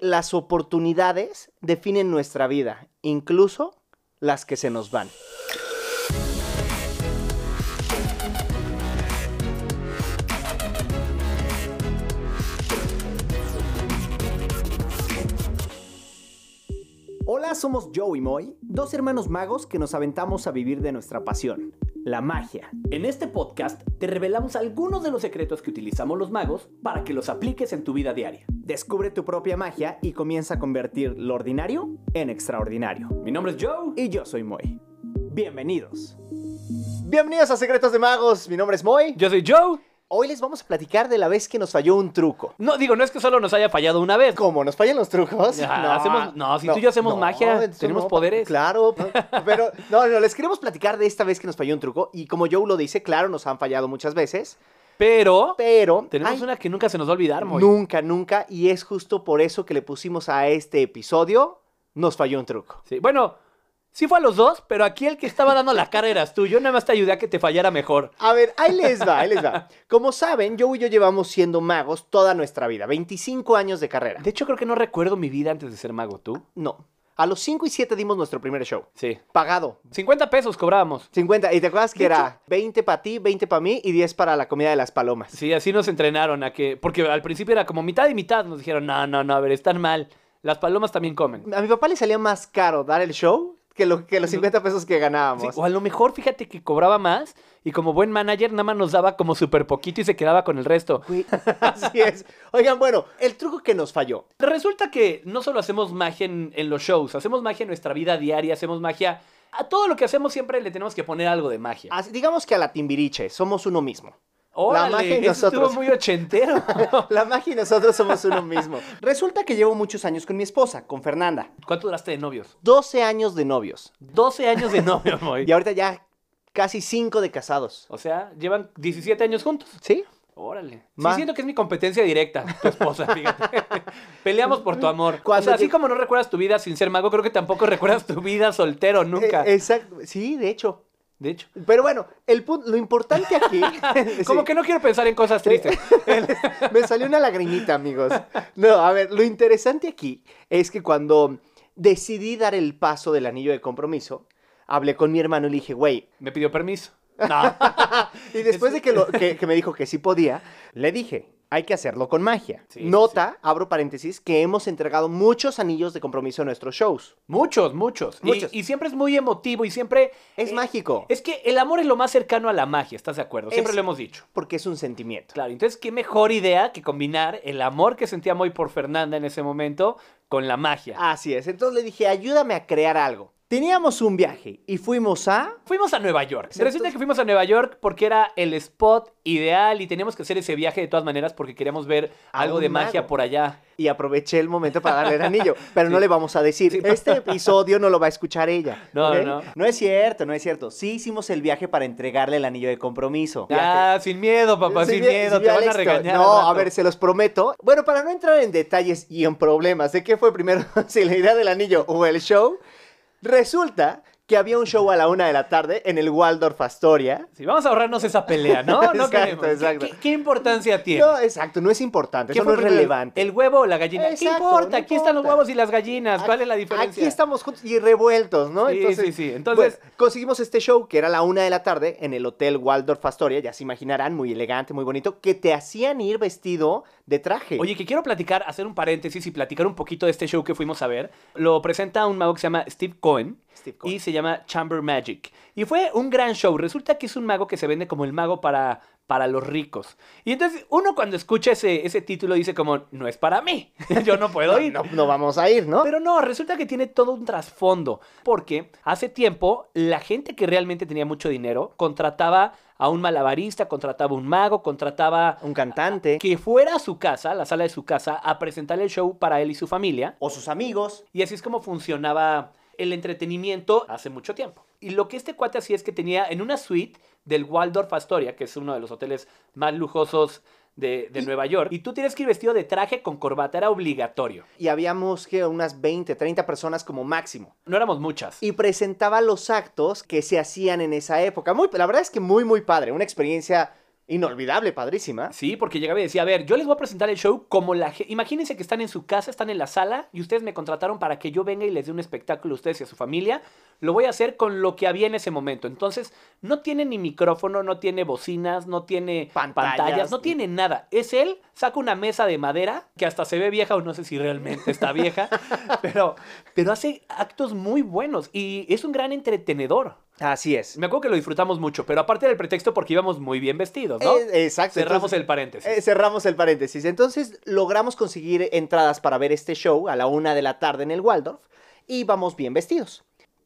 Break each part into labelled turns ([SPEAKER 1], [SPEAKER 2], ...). [SPEAKER 1] las oportunidades definen nuestra vida, incluso las que se nos van. Hola, somos Joe y Moy, dos hermanos magos que nos aventamos a vivir de nuestra pasión, la magia.
[SPEAKER 2] En este podcast te revelamos algunos de los secretos que utilizamos los magos para que los apliques en tu vida diaria.
[SPEAKER 1] Descubre tu propia magia y comienza a convertir lo ordinario en extraordinario.
[SPEAKER 2] Mi nombre es Joe.
[SPEAKER 1] Y yo soy Moy. Bienvenidos. Bienvenidos a Secretos de Magos. Mi nombre es Moy.
[SPEAKER 2] Yo soy Joe.
[SPEAKER 1] Hoy les vamos a platicar de la vez que nos falló un truco.
[SPEAKER 2] No, digo, no es que solo nos haya fallado una vez.
[SPEAKER 1] ¿Cómo? ¿Nos fallan los trucos?
[SPEAKER 2] Ah, hacemos- no, si tú y yo hacemos magia,
[SPEAKER 1] eso
[SPEAKER 2] tenemos
[SPEAKER 1] pa-
[SPEAKER 2] poderes.
[SPEAKER 1] Claro, pa- pero no, no, les queremos platicar de esta vez que nos falló un truco. Y como Joe lo dice, claro, nos han fallado muchas veces,
[SPEAKER 2] Pero
[SPEAKER 1] pero
[SPEAKER 2] tenemos
[SPEAKER 1] ay,
[SPEAKER 2] una que nunca se nos va a olvidar, Moy.
[SPEAKER 1] nunca, nunca. Y es justo por eso que le pusimos a este episodio, nos falló un truco.
[SPEAKER 2] Sí, Bueno, sí fue a los dos, pero aquí el que estaba dando la cara eras tú. Yo nada más te ayudé a que te fallara mejor.
[SPEAKER 1] A ver, ahí les va, ahí les va. Como saben, Joe y yo llevamos siendo magos toda nuestra vida, 25 años de carrera.
[SPEAKER 2] De hecho, creo que no recuerdo mi vida antes de ser mago. ¿Tú?
[SPEAKER 1] No, a los 5 y 7 dimos nuestro primer show.
[SPEAKER 2] Sí.
[SPEAKER 1] Pagado,
[SPEAKER 2] 50 pesos cobrábamos.
[SPEAKER 1] 50. ¿Y te acuerdas que
[SPEAKER 2] De
[SPEAKER 1] era 20 para ti, 20 para mí y 10 para la comida de las palomas?
[SPEAKER 2] Sí, así nos entrenaron a que... Porque al principio era como mitad y mitad. Nos dijeron, no, no, no, a ver, están mal. Las palomas también comen.
[SPEAKER 1] A mi papá le salía más caro dar el show que, lo, que los 50 pesos que
[SPEAKER 2] Sí,
[SPEAKER 1] ganábamos.
[SPEAKER 2] o a lo mejor, fíjate que cobraba más y como buen manager nada más nos daba como súper poquito y se quedaba con el resto.
[SPEAKER 1] Güey, Así es. Oigan, bueno, el truco que nos falló.
[SPEAKER 2] Resulta que no solo hacemos magia en, en los shows, hacemos magia en nuestra vida diaria, hacemos magia... A todo lo que hacemos siempre le tenemos que poner algo de magia.
[SPEAKER 1] Así- digamos que a la timbiriche, somos uno mismo.
[SPEAKER 2] Órale,
[SPEAKER 1] magia en
[SPEAKER 2] eso
[SPEAKER 1] nosotros.
[SPEAKER 2] estuvo muy ochentero.
[SPEAKER 1] La magia y nosotros somos uno mismo. Resulta que llevo muchos años con mi esposa, con Fernanda.
[SPEAKER 2] ¿Cuánto duraste de novios?
[SPEAKER 1] 12 años de novios.
[SPEAKER 2] 12 años de novios, Moy.
[SPEAKER 1] Y ahorita ya casi 5 de casados.
[SPEAKER 2] O sea, llevan 17 años juntos.
[SPEAKER 1] ¿Sí?
[SPEAKER 2] Órale.
[SPEAKER 1] Ma-
[SPEAKER 2] Sí, siento que es mi competencia directa, tu esposa, fíjate. Peleamos por tu amor.
[SPEAKER 1] Mm, Cuando
[SPEAKER 2] o sea, así
[SPEAKER 1] yo-
[SPEAKER 2] como no recuerdas tu vida sin ser mago, creo que tampoco recuerdas tu vida soltero nunca.
[SPEAKER 1] Eh, exacto. Sí, de hecho.
[SPEAKER 2] De hecho.
[SPEAKER 1] Pero bueno, el pun- lo importante aquí. eh,
[SPEAKER 2] Como
[SPEAKER 1] Sí. Eh,
[SPEAKER 2] que no quiero pensar en cosas tristes.
[SPEAKER 1] Me salió una lagrimita, amigos. No, a ver, lo interesante aquí es que cuando decidí dar el paso del anillo de compromiso, hablé con mi hermano y le dije, güey.
[SPEAKER 2] Me pidió permiso. No.
[SPEAKER 1] Y después de que, lo- que- que me dijo que sí podía, le dije, hay que hacerlo con magia.
[SPEAKER 2] Sí, sí,
[SPEAKER 1] Nota, abro paréntesis, que hemos entregado muchos anillos de compromiso en nuestros shows.
[SPEAKER 2] Muchos, muchos. Y-
[SPEAKER 1] Muchos.
[SPEAKER 2] Y, siempre es muy emotivo y siempre.
[SPEAKER 1] Es
[SPEAKER 2] eh,
[SPEAKER 1] mágico,
[SPEAKER 2] Es que el amor es lo más cercano a la magia, ¿estás de acuerdo? Siempre
[SPEAKER 1] Es-
[SPEAKER 2] lo hemos dicho.
[SPEAKER 1] porque es un sentimiento.
[SPEAKER 2] Claro, entonces qué mejor idea que combinar el amor que sentía Moy por Fernanda en ese momento con la magia.
[SPEAKER 1] Así es, entonces le dije, ayúdame a crear algo. Teníamos un viaje y fuimos a...
[SPEAKER 2] Fuimos a Nueva York.
[SPEAKER 1] Exacto.
[SPEAKER 2] Resulta que fuimos a Nueva York porque era el spot ideal y teníamos que hacer ese viaje de todas maneras porque queríamos ver
[SPEAKER 1] A
[SPEAKER 2] algo
[SPEAKER 1] un
[SPEAKER 2] de magia
[SPEAKER 1] mago.
[SPEAKER 2] por allá.
[SPEAKER 1] y aproveché el momento para darle el anillo, pero no le vamos a decir. Este episodio no lo va a escuchar ella.
[SPEAKER 2] No,
[SPEAKER 1] ¿ok?
[SPEAKER 2] no, no.
[SPEAKER 1] es cierto, no es cierto. Sí hicimos el viaje para entregarle el anillo de compromiso. Viaje.
[SPEAKER 2] Ah, sin miedo, papá,
[SPEAKER 1] Sí,
[SPEAKER 2] sin
[SPEAKER 1] bien,
[SPEAKER 2] miedo.
[SPEAKER 1] sí,
[SPEAKER 2] Te van a
[SPEAKER 1] Alex,
[SPEAKER 2] regañar. al
[SPEAKER 1] No,
[SPEAKER 2] rato.
[SPEAKER 1] a ver, se los prometo. Bueno, para no entrar en detalles y en problemas de qué fue primero, si la idea del anillo o el show, resulta que había un show a la una de la tarde en el Waldorf Astoria.
[SPEAKER 2] Sí, vamos a ahorrarnos esa pelea, ¿no? No
[SPEAKER 1] Exacto,
[SPEAKER 2] queremos. ¿Qué-
[SPEAKER 1] exacto.
[SPEAKER 2] ¿Qué, qué importancia tiene?
[SPEAKER 1] No, exacto, no es importante,
[SPEAKER 2] ¿Qué
[SPEAKER 1] eso no
[SPEAKER 2] fue
[SPEAKER 1] es
[SPEAKER 2] primero,
[SPEAKER 1] relevante.
[SPEAKER 2] ¿El huevo o la gallina? ¿Qué
[SPEAKER 1] Exacto,
[SPEAKER 2] importa?
[SPEAKER 1] no
[SPEAKER 2] Aquí están los
[SPEAKER 1] importa.
[SPEAKER 2] huevos y las gallinas. ¿Cuál es la diferencia?
[SPEAKER 1] Aquí estamos juntos y revueltos, ¿no?
[SPEAKER 2] Sí, sí, sí. Entonces-
[SPEAKER 1] bueno, conseguimos este show que era la una de la tarde en el Hotel Waldorf Astoria, ya se imaginarán, muy elegante, muy bonito, que te hacían ir vestido de traje.
[SPEAKER 2] Oye, que quiero platicar, hacer un paréntesis y platicar un poquito de este show que fuimos a ver. Lo presenta un mago que se llama Steve Cohen.
[SPEAKER 1] Steve Cohen.
[SPEAKER 2] Y se llama Chamber Magic. Y fue un gran show. Resulta que es un mago que se vende como el mago para, para los ricos. Y entonces uno cuando escucha ese, ese título dice como, no es para mí. Yo no puedo ir.
[SPEAKER 1] no, no vamos a ir, ¿no?
[SPEAKER 2] Pero no, resulta que tiene todo un trasfondo, porque hace tiempo la gente que realmente tenía mucho dinero contrataba a un malabarista, contrataba a un mago, contrataba
[SPEAKER 1] Un cantante
[SPEAKER 2] que fuera a su casa, a la sala de su casa, a presentar el show para él y su familia.
[SPEAKER 1] o sus amigos.
[SPEAKER 2] Y así es como funcionaba el entretenimiento hace mucho tiempo. Y lo que este cuate hacía es que tenía en una suite del Waldorf Astoria, que es uno de los hoteles más lujosos de, de Nueva York, y tú tienes que ir vestido de traje con corbata, era obligatorio.
[SPEAKER 1] Y habíamos que unas 20, 30 personas como máximo.
[SPEAKER 2] No éramos muchas.
[SPEAKER 1] Y presentaba los actos que se hacían en esa época. Muy, la verdad es que muy, muy padre. Una experiencia inolvidable, padrísima.
[SPEAKER 2] Sí, porque llegaba y decía, a ver, yo les voy a presentar el show como la... ge- Imagínense que están en su casa, están en la sala y ustedes me contrataron para que yo venga y les dé un espectáculo a ustedes y a su familia. Lo voy a hacer con lo que había en ese momento. Entonces, no tiene ni micrófono, no tiene bocinas, no tiene
[SPEAKER 1] Pantallas.
[SPEAKER 2] pantallas, no tiene nada. Es él, saca una mesa de madera que hasta se ve vieja o no sé si realmente está vieja, pero, pero hace actos muy buenos y es un gran entretenedor.
[SPEAKER 1] Así es.
[SPEAKER 2] Me acuerdo que lo disfrutamos mucho, pero aparte del pretexto porque íbamos muy bien vestidos, ¿no?
[SPEAKER 1] Eh, exacto.
[SPEAKER 2] Cerramos
[SPEAKER 1] entonces-
[SPEAKER 2] el paréntesis.
[SPEAKER 1] Eh, cerramos el paréntesis. Entonces logramos conseguir entradas para ver este show a la una de la tarde en el Waldorf y vamos bien vestidos.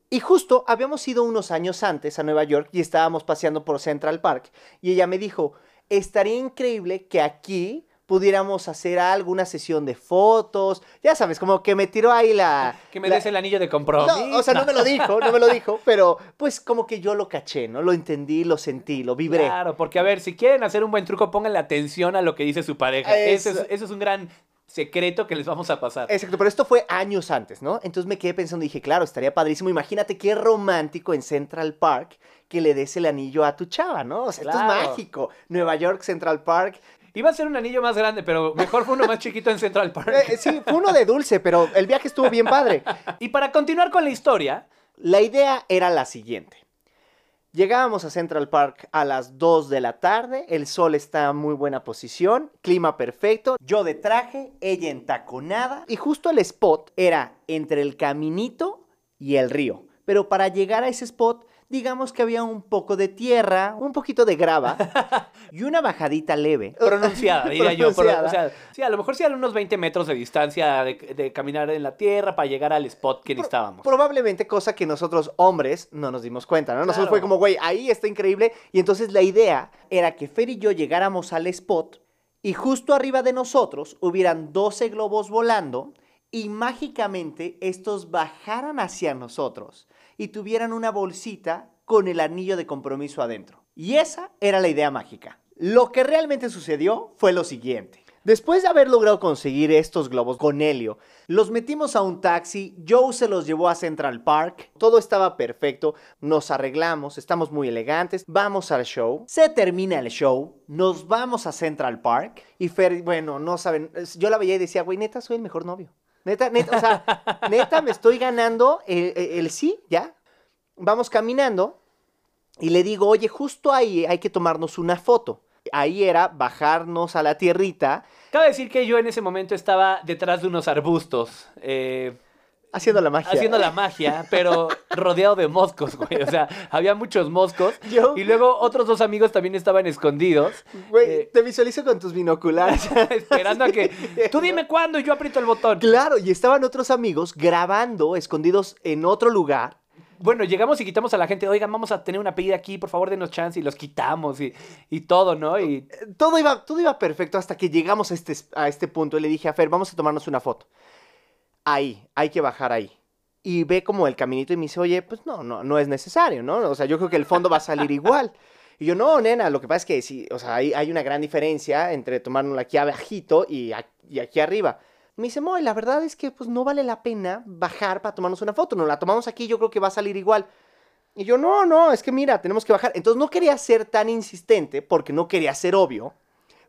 [SPEAKER 1] Y justo habíamos ido unos años antes a Nueva York y estábamos paseando por Central Park y ella me dijo, estaría increíble que aquí pudiéramos hacer alguna sesión de fotos, ya sabes, como que me tiró ahí la...
[SPEAKER 2] Que me
[SPEAKER 1] la-
[SPEAKER 2] des el anillo de
[SPEAKER 1] No,
[SPEAKER 2] compromiso.
[SPEAKER 1] o sea, no me lo dijo, no me lo dijo, pero pues como que yo lo caché, ¿no? Lo entendí, lo sentí, lo vibré.
[SPEAKER 2] Claro, porque a ver, si quieren hacer un buen truco, pongan la atención a lo que dice su pareja.
[SPEAKER 1] Eso.
[SPEAKER 2] Ese es, ese es un gran secreto que les vamos a pasar.
[SPEAKER 1] Exacto, pero esto fue años antes, ¿no? Entonces me quedé pensando y dije, claro, estaría padrísimo. Imagínate qué romántico en Central Park que le des el anillo a tu chava, ¿no? O sea, esto es
[SPEAKER 2] Claro.
[SPEAKER 1] mágico. Nueva York, Central Park.
[SPEAKER 2] Iba a ser un anillo más grande, pero mejor fue uno más chiquito en Central
[SPEAKER 1] Eh,
[SPEAKER 2] Park.
[SPEAKER 1] sí, fue uno de dulce, pero el viaje estuvo bien padre.
[SPEAKER 2] Y para continuar con la historia,
[SPEAKER 1] La idea era la siguiente. Llegábamos a Central Park a las 2 de la tarde, el sol está en muy buena posición, clima perfecto, yo de traje, ella en taconada y justo el spot era entre el caminito y el río. Pero para llegar a ese spot, digamos que había un poco de tierra, un poquito de grava y una bajadita leve.
[SPEAKER 2] pronunciada, diría yo. pero,
[SPEAKER 1] Pronunciada.
[SPEAKER 2] o sea, sí, a lo mejor sí eran unos 20 metros de distancia de, de caminar en la tierra para llegar al spot que necesitábamos.
[SPEAKER 1] Probablemente cosa que nosotros hombres no nos dimos cuenta, ¿no? Nosotros
[SPEAKER 2] Claro.
[SPEAKER 1] fue como, güey, ahí está increíble. Y entonces la idea era que Fer y yo llegáramos al spot y justo arriba de nosotros hubieran 12 globos volando y mágicamente estos bajaran hacia nosotros y tuvieran una bolsita con el anillo de compromiso adentro. Y esa era la idea mágica. Lo que realmente sucedió fue lo siguiente. Después de haber logrado conseguir estos globos con Helio, los metimos a un taxi, Joe se los llevó a Central Park, todo estaba perfecto, nos arreglamos, estamos muy elegantes, vamos al show, se termina el show, nos vamos a Central Park y Fer, bueno, no saben, es- yo la veía y decía, güey, neta, soy el mejor novio. Neta, neta, o sea, neta, me estoy ganando el- el- el sí, ya. Vamos caminando y le digo, oye, justo ahí hay que tomarnos una foto. Ahí era bajarnos a la tierrita
[SPEAKER 2] Cabe decir que yo en ese momento estaba detrás de unos arbustos. eh,
[SPEAKER 1] haciendo la magia.
[SPEAKER 2] haciendo la magia, pero rodeado de moscos, güey. O sea, había muchos moscos.
[SPEAKER 1] Yo-
[SPEAKER 2] Y luego otros dos amigos también estaban escondidos.
[SPEAKER 1] Güey,
[SPEAKER 2] eh,
[SPEAKER 1] te visualizo con tus binoculares.
[SPEAKER 2] esperando a que. Tú dime cuándo y yo aprieto el botón.
[SPEAKER 1] claro, y estaban otros amigos grabando, escondidos en otro lugar.
[SPEAKER 2] Bueno, llegamos y quitamos a la gente. Oigan, vamos a tener una pedida aquí, por favor, denos chance. Y los quitamos y, y todo, ¿no? Y
[SPEAKER 1] Eh, Todo iba, todo iba perfecto hasta que llegamos a este, a este punto y le dije a Fer, vamos a tomarnos una foto. Ahí, hay que bajar ahí. Y ve como el caminito y me dice, oye, pues no, no, no es necesario, ¿no? O sea, yo creo que el fondo va a salir igual. Y yo, no, nena, lo que pasa es que sí, o sea, hay, hay una gran diferencia entre tomarnos aquí abajito y, a- y aquí arriba. Me dice, Moy, la verdad es que pues no vale la pena bajar para tomarnos una foto. Nos la tomamos aquí, yo creo que va a salir igual. Y yo, no, no, es que mira, tenemos que bajar. Entonces no quería ser tan insistente porque no quería ser obvio.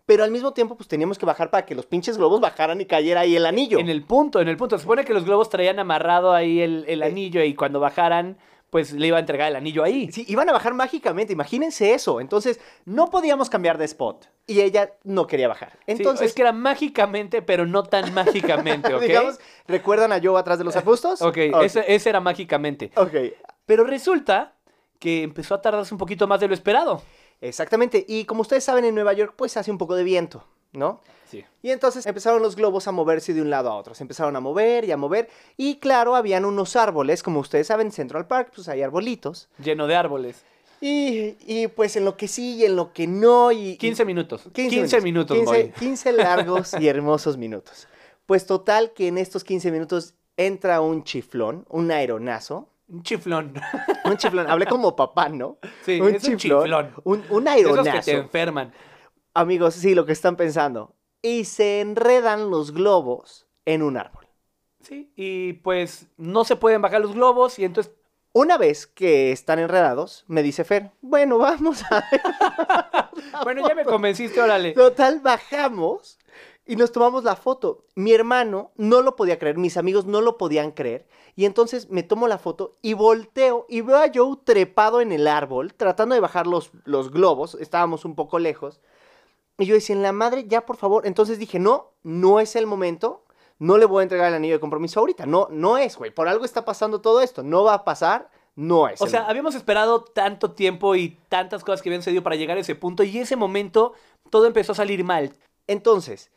[SPEAKER 1] Pero al mismo tiempo, pues teníamos que bajar para que los pinches globos bajaran y cayera ahí el anillo.
[SPEAKER 2] en el punto, en el punto. Se supone que los globos traían amarrado ahí el, el
[SPEAKER 1] Eh.
[SPEAKER 2] anillo y cuando bajaran, pues le iba a entregar el anillo ahí.
[SPEAKER 1] Sí, iban a bajar mágicamente, imagínense eso. Entonces, no podíamos cambiar de spot. Y ella no quería bajar.
[SPEAKER 2] Entonces,
[SPEAKER 1] Entonces,
[SPEAKER 2] es que era mágicamente, pero no tan mágicamente, ¿ok?
[SPEAKER 1] digamos, ¿recuerdan a Joe atrás de los arbustos?
[SPEAKER 2] Ok, Ese, ese era mágicamente.
[SPEAKER 1] Ok,
[SPEAKER 2] Pero resulta que empezó a tardarse un poquito más de lo esperado.
[SPEAKER 1] exactamente. Y como ustedes saben, en Nueva York, pues hace un poco de viento, ¿no?
[SPEAKER 2] Sí.
[SPEAKER 1] Y entonces empezaron los globos a moverse de un lado a otro. Se empezaron a mover y a mover. Y claro, habían unos árboles. Como ustedes saben, en Central Park, pues hay arbolitos.
[SPEAKER 2] Lleno de árboles.
[SPEAKER 1] Y, y, pues en lo que sí y en lo que no. Y,
[SPEAKER 2] 15 minutos. 15, minutos,
[SPEAKER 1] 15,
[SPEAKER 2] Moy.
[SPEAKER 1] 15 largos y hermosos minutos. Pues total que en estos 15 minutos entra un chiflón, un aeronazo.
[SPEAKER 2] Un chiflón.
[SPEAKER 1] Un chiflón, hablé como papá, ¿no?
[SPEAKER 2] Sí,
[SPEAKER 1] un
[SPEAKER 2] es un chiflón.
[SPEAKER 1] Un, un
[SPEAKER 2] Esos que te
[SPEAKER 1] aeronazo.
[SPEAKER 2] enferman.
[SPEAKER 1] Amigos, sí, lo que están pensando. Y se enredan los globos en un árbol.
[SPEAKER 2] Sí, y pues no se pueden bajar los globos y entonces
[SPEAKER 1] Una vez que están enredados, me dice Fer, bueno, vamos a ver.
[SPEAKER 2] Bueno, ya me convenciste, órale.
[SPEAKER 1] Total, bajamos y nos tomamos la foto. Mi hermano no lo podía creer, mis amigos no lo podían creer. Y entonces me tomo la foto y volteo y veo a Joe trepado en el árbol, tratando de bajar los, los globos. Estábamos un poco lejos. Y yo decía, en la madre, ya por favor. Entonces dije, no, no es el momento. No le voy a entregar el anillo de compromiso ahorita. No, no es, güey. Por algo está pasando todo esto. No va a pasar. No es.
[SPEAKER 2] O
[SPEAKER 1] el
[SPEAKER 2] sea, habíamos esperado tanto tiempo y tantas cosas que habían sucedido para llegar a ese punto y ese momento todo empezó a salir mal.
[SPEAKER 1] Entonces,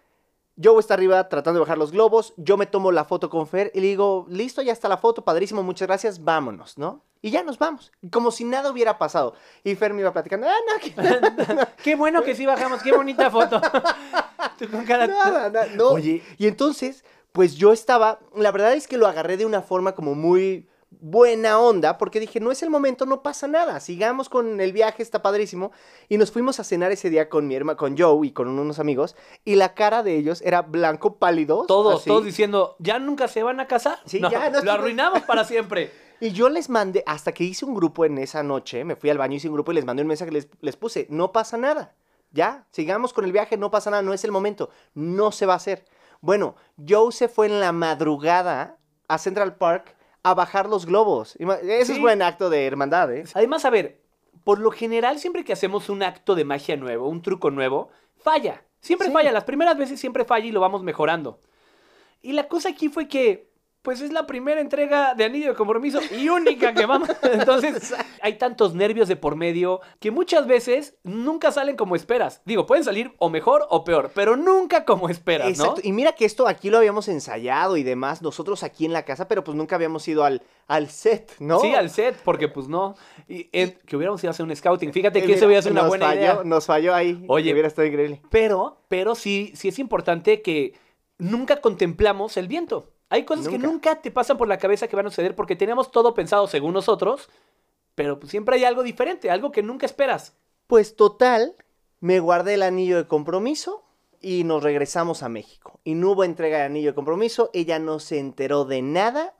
[SPEAKER 1] Joe está arriba tratando de bajar los globos, yo me tomo la foto con Fer y le digo, listo, ya está la foto, padrísimo, muchas gracias, vámonos, ¿no? Y ya nos vamos, como si nada hubiera pasado. Y Fer me iba platicando, ah, no, que
[SPEAKER 2] qué bueno que sí bajamos, qué bonita foto. Tú con cara-
[SPEAKER 1] nada, na- no.
[SPEAKER 2] Oye.
[SPEAKER 1] Y entonces, pues yo estaba, la verdad es que lo agarré de una forma como muy buena onda, porque dije, no es el momento, no pasa nada, sigamos con el viaje, está padrísimo. Y nos fuimos a cenar ese día con mi hermana, con Joe y con unos amigos, y la cara de ellos era blanco pálido.
[SPEAKER 2] Todos,
[SPEAKER 1] así.
[SPEAKER 2] todos diciendo, ¿ya nunca se van a casar?
[SPEAKER 1] Sí, ya, no
[SPEAKER 2] lo
[SPEAKER 1] estoy-
[SPEAKER 2] arruinamos para siempre.
[SPEAKER 1] Y yo les mandé, hasta que hice un grupo en esa noche, me fui al baño, hice un grupo y les mandé un mensaje, les, les puse, no pasa nada, ya, sigamos con el viaje, no pasa nada, no es el momento, no se va a hacer. Bueno, Joe se fue en la madrugada a Central Park a bajar los globos. Ima- Ese
[SPEAKER 2] Sí.
[SPEAKER 1] es buen acto de hermandad, ¿eh?
[SPEAKER 2] Además, a ver, por lo general, siempre que hacemos un acto de magia nuevo, un truco nuevo, falla. Siempre
[SPEAKER 1] Sí.
[SPEAKER 2] falla. Las primeras veces siempre falla y lo vamos mejorando. Y la cosa aquí fue que, pues es la primera entrega de Anillo de Compromiso y única que vamos. Entonces, hay tantos nervios de por medio que muchas veces nunca salen como esperas. Digo, pueden salir o mejor o peor, pero nunca como esperas,
[SPEAKER 1] Exacto. Y mira que esto aquí lo habíamos ensayado y demás, nosotros aquí en la casa, pero pues nunca habíamos ido al, al set,
[SPEAKER 2] ¿no?
[SPEAKER 1] ¿no?
[SPEAKER 2] Sí, al set, porque pues no. Y, eh, que hubiéramos ido a hacer un scouting. Fíjate
[SPEAKER 1] Eh,
[SPEAKER 2] que
[SPEAKER 1] mira,
[SPEAKER 2] eso hubiera sido una
[SPEAKER 1] nos
[SPEAKER 2] buena
[SPEAKER 1] falló,
[SPEAKER 2] idea.
[SPEAKER 1] Nos falló ahí.
[SPEAKER 2] Oye.
[SPEAKER 1] Hubiera estado increíble.
[SPEAKER 2] Pero, pero sí, sí es importante que nunca contemplamos el viento. Hay cosas que
[SPEAKER 1] Nunca.
[SPEAKER 2] nunca te pasan por la cabeza que van a suceder porque teníamos todo pensado según nosotros, pero pues siempre hay algo diferente, algo que nunca esperas.
[SPEAKER 1] Pues total, me guardé el anillo de compromiso y nos regresamos a México. Y no hubo entrega de anillo de compromiso, ella no se enteró de nada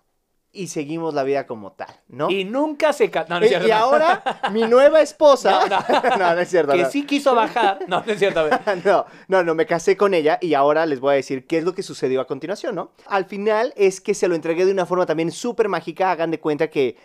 [SPEAKER 1] y seguimos la vida como tal, ¿no?
[SPEAKER 2] Y nunca se... ca- No, no
[SPEAKER 1] Eh,
[SPEAKER 2] es cierto.
[SPEAKER 1] y
[SPEAKER 2] no.
[SPEAKER 1] ahora mi nueva esposa...
[SPEAKER 2] No,
[SPEAKER 1] No, no, es cierto.
[SPEAKER 2] que
[SPEAKER 1] no.
[SPEAKER 2] sí quiso bajar. No, no es cierto. a ver.
[SPEAKER 1] No, no, no, me casé con ella y ahora les voy a decir qué es lo que sucedió a continuación, ¿no? Al final es que se lo entregué de una forma también súper mágica, hagan de cuenta que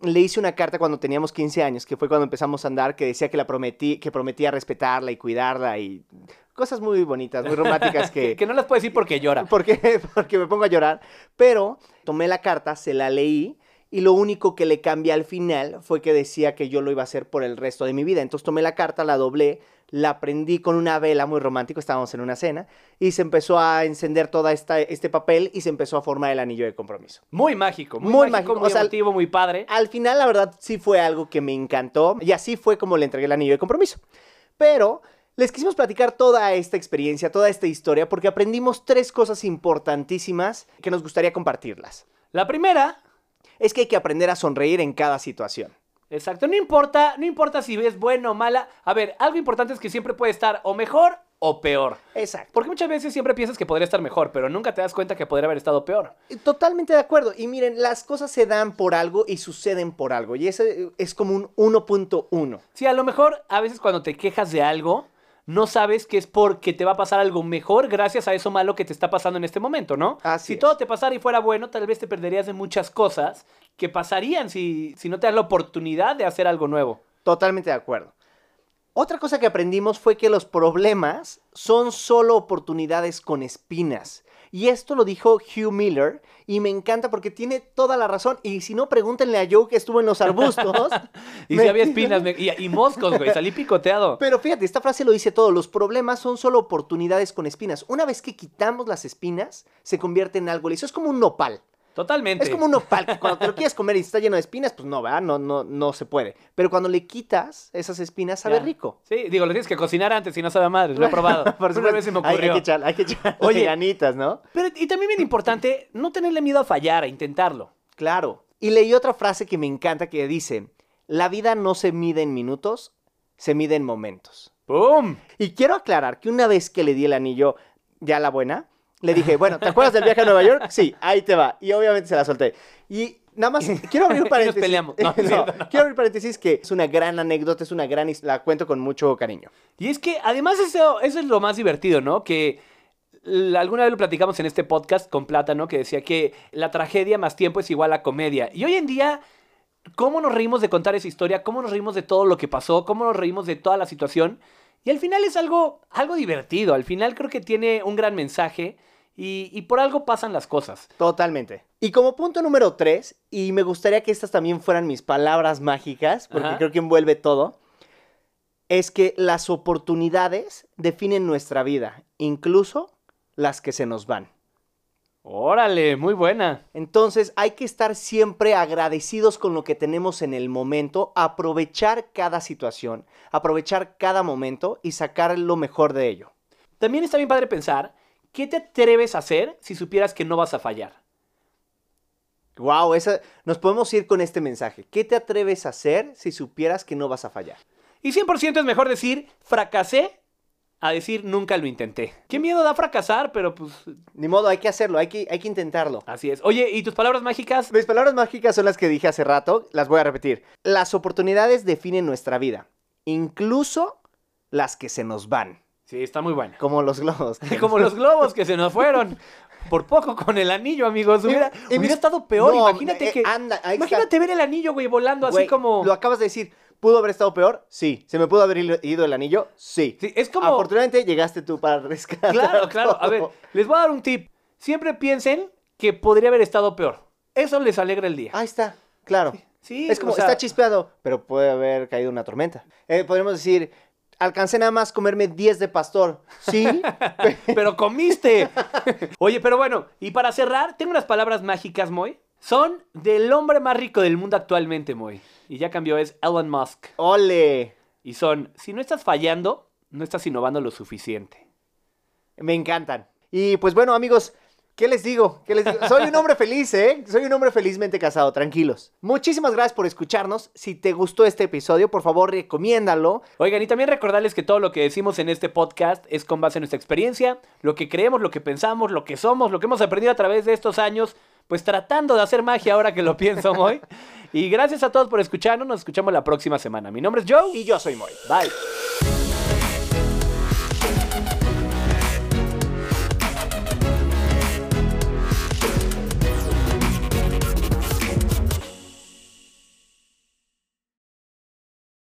[SPEAKER 1] le hice una carta cuando teníamos 15 años, que fue cuando empezamos a andar, que decía que la prometí, que prometía respetarla y cuidarla y cosas muy bonitas, muy románticas
[SPEAKER 2] Que,
[SPEAKER 1] que...
[SPEAKER 2] que no las puedo decir porque llora.
[SPEAKER 1] porque, porque me pongo a llorar, pero tomé la carta, se la leí y lo único que le cambié al final fue que decía que yo lo iba a hacer por el resto de mi vida. Entonces tomé la carta, la doblé, la prendí con una vela muy romántico, estábamos en una cena, y se empezó a encender todo este papel y se empezó a formar el anillo de compromiso.
[SPEAKER 2] Muy mágico, muy,
[SPEAKER 1] Muy
[SPEAKER 2] mágico,
[SPEAKER 1] mágico,
[SPEAKER 2] muy
[SPEAKER 1] o sea,
[SPEAKER 2] emotivo, muy padre.
[SPEAKER 1] Al final, la verdad, sí fue algo que me encantó y así fue como le entregué el anillo de compromiso. Pero les quisimos platicar toda esta experiencia, toda esta historia, porque aprendimos tres cosas importantísimas que nos gustaría compartirlas.
[SPEAKER 2] La primera
[SPEAKER 1] Es que hay que aprender a sonreír en cada situación.
[SPEAKER 2] Exacto, no importa, no importa si es bueno o mala. A ver, algo importante es que siempre puede estar o mejor o peor.
[SPEAKER 1] Exacto.
[SPEAKER 2] Porque muchas veces siempre piensas que podría estar mejor, pero nunca te das cuenta que podría haber estado peor.
[SPEAKER 1] Totalmente de acuerdo. Y miren, las cosas se dan por algo y suceden por algo. Y ese es como un 1.1.
[SPEAKER 2] Sí, a lo mejor a veces cuando te quejas de algo, no sabes que es porque te va a pasar algo mejor gracias a eso malo que te está pasando en este momento, ¿no?
[SPEAKER 1] Así
[SPEAKER 2] si
[SPEAKER 1] es.
[SPEAKER 2] todo te pasara y fuera bueno, tal vez te perderías de muchas cosas que pasarían si, si no te das la oportunidad de hacer algo nuevo.
[SPEAKER 1] Totalmente de acuerdo. Otra cosa que aprendimos fue que los problemas son solo oportunidades con espinas. Y esto lo dijo Hugh Miller y me encanta porque tiene toda la razón. Y si no, pregúntenle a Joe que estuvo en los arbustos.
[SPEAKER 2] Y si
[SPEAKER 1] Me-
[SPEAKER 2] había espinas me- y, y moscos, güey, salí picoteado.
[SPEAKER 1] Pero fíjate, esta frase lo dice todo, los problemas son solo oportunidades con espinas. Una vez que quitamos las espinas, se convierte en algo liso. Es como un nopal.
[SPEAKER 2] Totalmente.
[SPEAKER 1] Es como un nopal, que cuando te lo quieres comer y está lleno de espinas, pues no, ¿verdad? No, no, no se puede. Pero cuando le quitas esas espinas, sabe
[SPEAKER 2] Ya.
[SPEAKER 1] rico.
[SPEAKER 2] Sí, digo, lo tienes que cocinar antes y no sabe a madre, lo he probado.
[SPEAKER 1] Por
[SPEAKER 2] Una
[SPEAKER 1] supuesto.
[SPEAKER 2] vez se me
[SPEAKER 1] Hay- Hay,
[SPEAKER 2] ocurrió.
[SPEAKER 1] que echar, hay que echar
[SPEAKER 2] Oye.
[SPEAKER 1] ganitas, ¿no?
[SPEAKER 2] Pero, y también bien importante, no tenerle miedo a fallar, a intentarlo.
[SPEAKER 1] Claro. Y leí otra frase que me encanta que dice, la vida no se mide en minutos, se mide en momentos.
[SPEAKER 2] ¡Pum!
[SPEAKER 1] Y quiero aclarar que una vez que le di el anillo, ya la buena, le dije, bueno, ¿te acuerdas del viaje a Nueva York? Sí, ahí te va. Y obviamente se la solté. Y Nada más, quiero abrir
[SPEAKER 2] Y nos
[SPEAKER 1] paréntesis.
[SPEAKER 2] peleamos. No, es cierto, no.
[SPEAKER 1] Quiero abrir paréntesis que es una gran anécdota, es una gran... his- La cuento con mucho cariño.
[SPEAKER 2] Y es que además eso, eso es lo más divertido, ¿no? Que l- alguna vez lo platicamos en este podcast con Plátano, que decía que la tragedia más tiempo es igual a comedia. Y hoy en día, ¿cómo nos reímos de contar esa historia? ¿Cómo nos reímos de todo lo que pasó? ¿Cómo nos reímos de toda la situación? Y al final es algo, algo divertido. Al final creo que tiene un gran mensaje y, y por algo pasan las cosas.
[SPEAKER 1] Totalmente. Y como punto número tres, y me gustaría que estas también fueran mis palabras mágicas, porque
[SPEAKER 2] Ajá.
[SPEAKER 1] creo que envuelve todo, es que las oportunidades definen nuestra vida, incluso las que se nos van.
[SPEAKER 2] Órale, muy buena.
[SPEAKER 1] Entonces hay que estar siempre agradecidos con lo que tenemos en el momento, aprovechar cada situación, aprovechar cada momento y sacar lo mejor de ello.
[SPEAKER 2] También está bien padre pensar, ¿qué te atreves a hacer si supieras que no vas a fallar?
[SPEAKER 1] Wow, esa, nos podemos ir con este mensaje. ¿Qué te atreves a hacer si supieras que no vas a fallar?
[SPEAKER 2] Y 100% es mejor decir fracasé a decir nunca lo intenté. Qué miedo da fracasar, pero pues
[SPEAKER 1] Ni modo, hay que hacerlo, hay que, hay que intentarlo.
[SPEAKER 2] así es. Oye, ¿y tus palabras mágicas?
[SPEAKER 1] Mis palabras mágicas son las que dije hace rato, las voy a repetir. Las oportunidades definen nuestra vida, incluso las que se nos van,
[SPEAKER 2] Sí, está muy buena.
[SPEAKER 1] como los globos.
[SPEAKER 2] Como los globos que se nos fueron. Por poco con el anillo, amigos. Hubiera,
[SPEAKER 1] Y- y
[SPEAKER 2] hubiera
[SPEAKER 1] mis-
[SPEAKER 2] estado peor.
[SPEAKER 1] No,
[SPEAKER 2] imagínate
[SPEAKER 1] eh,
[SPEAKER 2] que.
[SPEAKER 1] anda, ahí está.
[SPEAKER 2] imagínate ver el anillo, ah, güey, volando
[SPEAKER 1] Güey,
[SPEAKER 2] así como.
[SPEAKER 1] Lo acabas de decir, ¿pudo haber estado peor? Sí. ¿Se me pudo haber ido- ido el anillo? Sí.
[SPEAKER 2] Sí, es como.
[SPEAKER 1] Afortunadamente llegaste tú para rescatar.
[SPEAKER 2] Claro, claro. A
[SPEAKER 1] todo.
[SPEAKER 2] ver, les voy a dar un tip. Siempre piensen que podría haber estado peor. Eso les alegra el día.
[SPEAKER 1] Ahí está, claro.
[SPEAKER 2] Sí,
[SPEAKER 1] Ah, es como,
[SPEAKER 2] o sea,
[SPEAKER 1] está chispeado, pero puede haber caído una tormenta. Eh, podríamos decir, alcancé nada más comerme 10 de pastor. Sí,
[SPEAKER 2] pero comiste. Oye, pero bueno, y para cerrar, tengo unas palabras mágicas, Moy. Son del hombre más rico del mundo actualmente, Moy. Y ya cambió, es Elon Musk.
[SPEAKER 1] ole.
[SPEAKER 2] Y son, si no estás fallando, no estás innovando lo suficiente.
[SPEAKER 1] Me encantan. Y pues bueno, amigos, ¿qué les digo? ¿Qué les digo? Soy un hombre feliz, ¿eh? Soy un hombre felizmente casado, tranquilos. Muchísimas gracias por escucharnos. Si te gustó este episodio, por favor, recomiéndalo.
[SPEAKER 2] Oigan, y también recordarles que todo lo que decimos en este podcast es con base en nuestra experiencia, lo que creemos, lo que pensamos, lo que somos, lo que hemos aprendido a través de estos años, pues tratando de hacer magia ahora que lo pienso, Moy. Y gracias a todos por escucharnos, nos escuchamos la próxima semana. Mi nombre es Joe.
[SPEAKER 1] Y yo soy Moy.
[SPEAKER 2] Bye.